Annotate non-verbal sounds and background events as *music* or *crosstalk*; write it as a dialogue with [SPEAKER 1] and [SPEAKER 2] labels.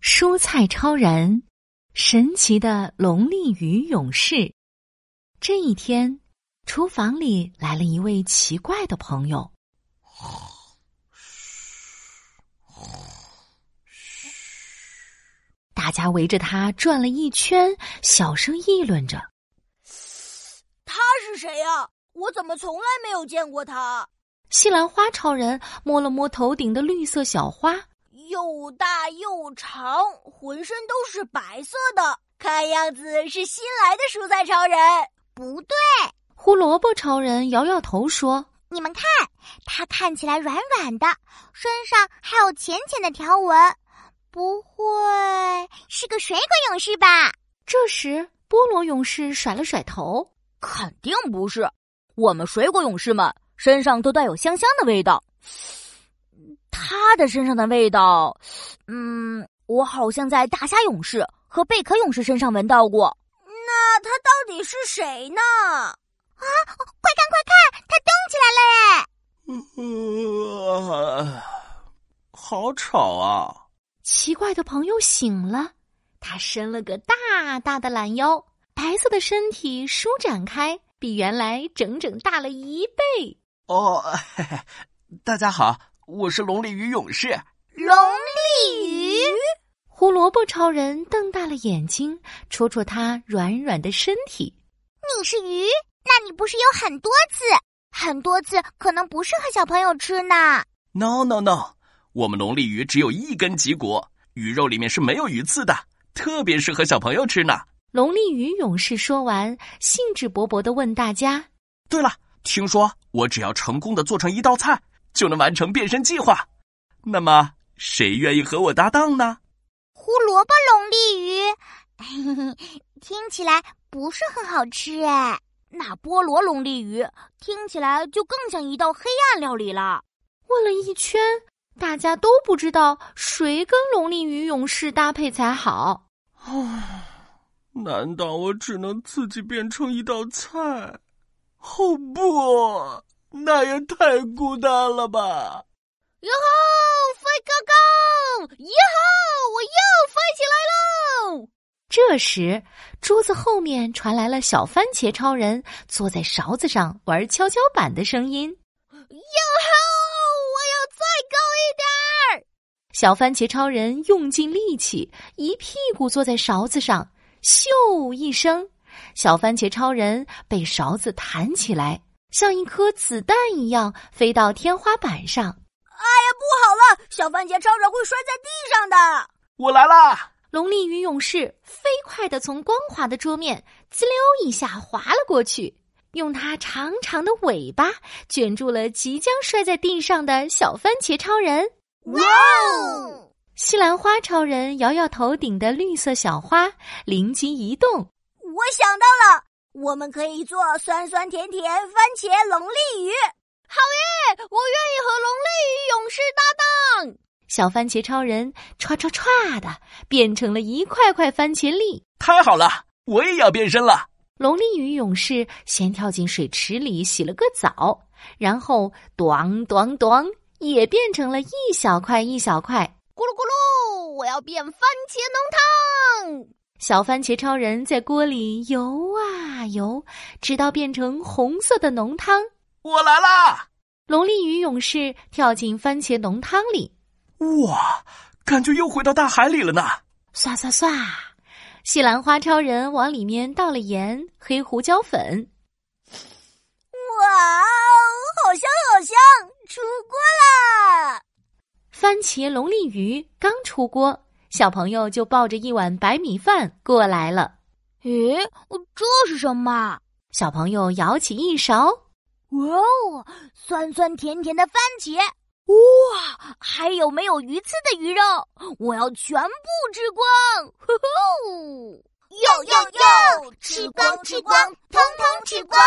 [SPEAKER 1] 蔬菜超人，神奇的龙利鱼勇士。这一天，厨房里来了一位奇怪的朋友。大家围着他转了一圈，小声议论着。
[SPEAKER 2] 他是谁呀、我怎么从来没有见过他？
[SPEAKER 1] 西兰花超人摸了摸头顶的绿色小花，
[SPEAKER 2] 又大又长，浑身都是白色的，看样子是新来的蔬菜超人。不对，
[SPEAKER 1] 胡萝卜超人摇摇头说
[SPEAKER 3] 你们看，它看起来软软的，身上还有浅浅的条纹，不会是个水鬼勇士吧？：“
[SPEAKER 1] 这时，菠萝勇士甩了甩头。
[SPEAKER 2] 肯定不是。我们水果勇士们身上都带有香香的味道，他的身上的味道，嗯，我好像在大虾勇士和贝壳勇士身上闻到过。那他到底是谁呢？
[SPEAKER 3] 快看快看，它动起来了耶！
[SPEAKER 4] 呃，好吵啊！
[SPEAKER 1] 奇怪的朋友醒了，他伸了个大大的懒腰，白色的身体舒展开，比原来整整大了一倍。
[SPEAKER 4] 哦， *laughs* 嘿嘿大家好，我是龙鲤鱼勇士。
[SPEAKER 3] 龙利鱼，
[SPEAKER 1] 胡萝卜超人瞪大了眼睛，戳戳他软软的身体。
[SPEAKER 3] 你是鱼，那你不是有很多刺？很多刺可能不适合小朋友吃呢。
[SPEAKER 4] No No No，我们龙鲤鱼只有一根脊骨，鱼肉里面是没有鱼刺的，特别适合小朋友吃呢。
[SPEAKER 1] 龙利鱼勇士说完，兴致勃勃地问大家
[SPEAKER 4] 对了，听说我只要成功的做成一道菜，就能完成变身计划。那么，谁愿意和我搭档呢？
[SPEAKER 3] 胡萝卜龙
[SPEAKER 2] *laughs*
[SPEAKER 3] 利鱼，嘿嘿嘿，听起来不是很好吃哎。
[SPEAKER 2] 那菠萝龙利鱼听起来就更像一道黑暗料理了。：“
[SPEAKER 1] 问了一圈，大家都不知道谁跟龙利鱼勇士搭配才好。”
[SPEAKER 4] 难道我只能自己变成一道菜？哦不，那也太孤单了吧！
[SPEAKER 2] 哟吼，飞高高！哟吼，我又飞起来喽！
[SPEAKER 1] 这时，桌子后面传来了小番茄超人坐在勺子上玩跷跷板的声音。
[SPEAKER 2] 哟吼，我要再高一点！
[SPEAKER 1] 小番茄超人用尽力气，一屁股坐在勺子上，咻一声，小番茄超人被勺子弹起来，像一颗子弹一样飞到天花板上。
[SPEAKER 2] 不好了，小番茄超人会摔在地上的。
[SPEAKER 4] 我来啦！
[SPEAKER 1] 龙利鱼勇士飞快地从光滑的桌面滋溜一下滑了过去，用它长长的尾巴卷住了即将摔在地上的小番茄超人。
[SPEAKER 3] 哇哦！
[SPEAKER 1] 西兰花超人摇摇头顶的绿色小花，灵机一动，
[SPEAKER 2] 我想到了，我们可以做酸酸甜甜番茄龙利鱼。好耶！我愿意和龙利鱼勇士搭档。
[SPEAKER 1] 小番茄超人歘歘歘的变成了一块块番茄粒。
[SPEAKER 4] 太好了，我也要变身了！
[SPEAKER 1] 龙利鱼勇士先跳进水池里洗了个澡，然后咚咚咚也变成了一小块一小块。
[SPEAKER 2] 咕噜咕噜，我要变番茄浓汤。
[SPEAKER 1] 小番茄超人在锅里游啊游，直到变成红色的浓汤。
[SPEAKER 4] 我来啦！
[SPEAKER 1] 龙利鱼勇士跳进番茄浓汤里，
[SPEAKER 4] 哇，感觉又回到大海里了呢！
[SPEAKER 1] 唰唰唰！西兰花超人往里面倒了盐、黑胡椒粉。
[SPEAKER 2] 哇哦，好香好香，出锅啦！
[SPEAKER 1] 番茄龙利鱼刚出锅，小朋友就抱着一碗白米饭过来了。
[SPEAKER 2] 诶，哦这是什么？啊
[SPEAKER 1] 小朋友舀起一勺，
[SPEAKER 2] 哇哦，酸酸甜甜的番茄！哇，还有没有鱼刺的鱼肉？我要全部吃光！吼吼！哟
[SPEAKER 3] 哟哟吃光吃光通通吃光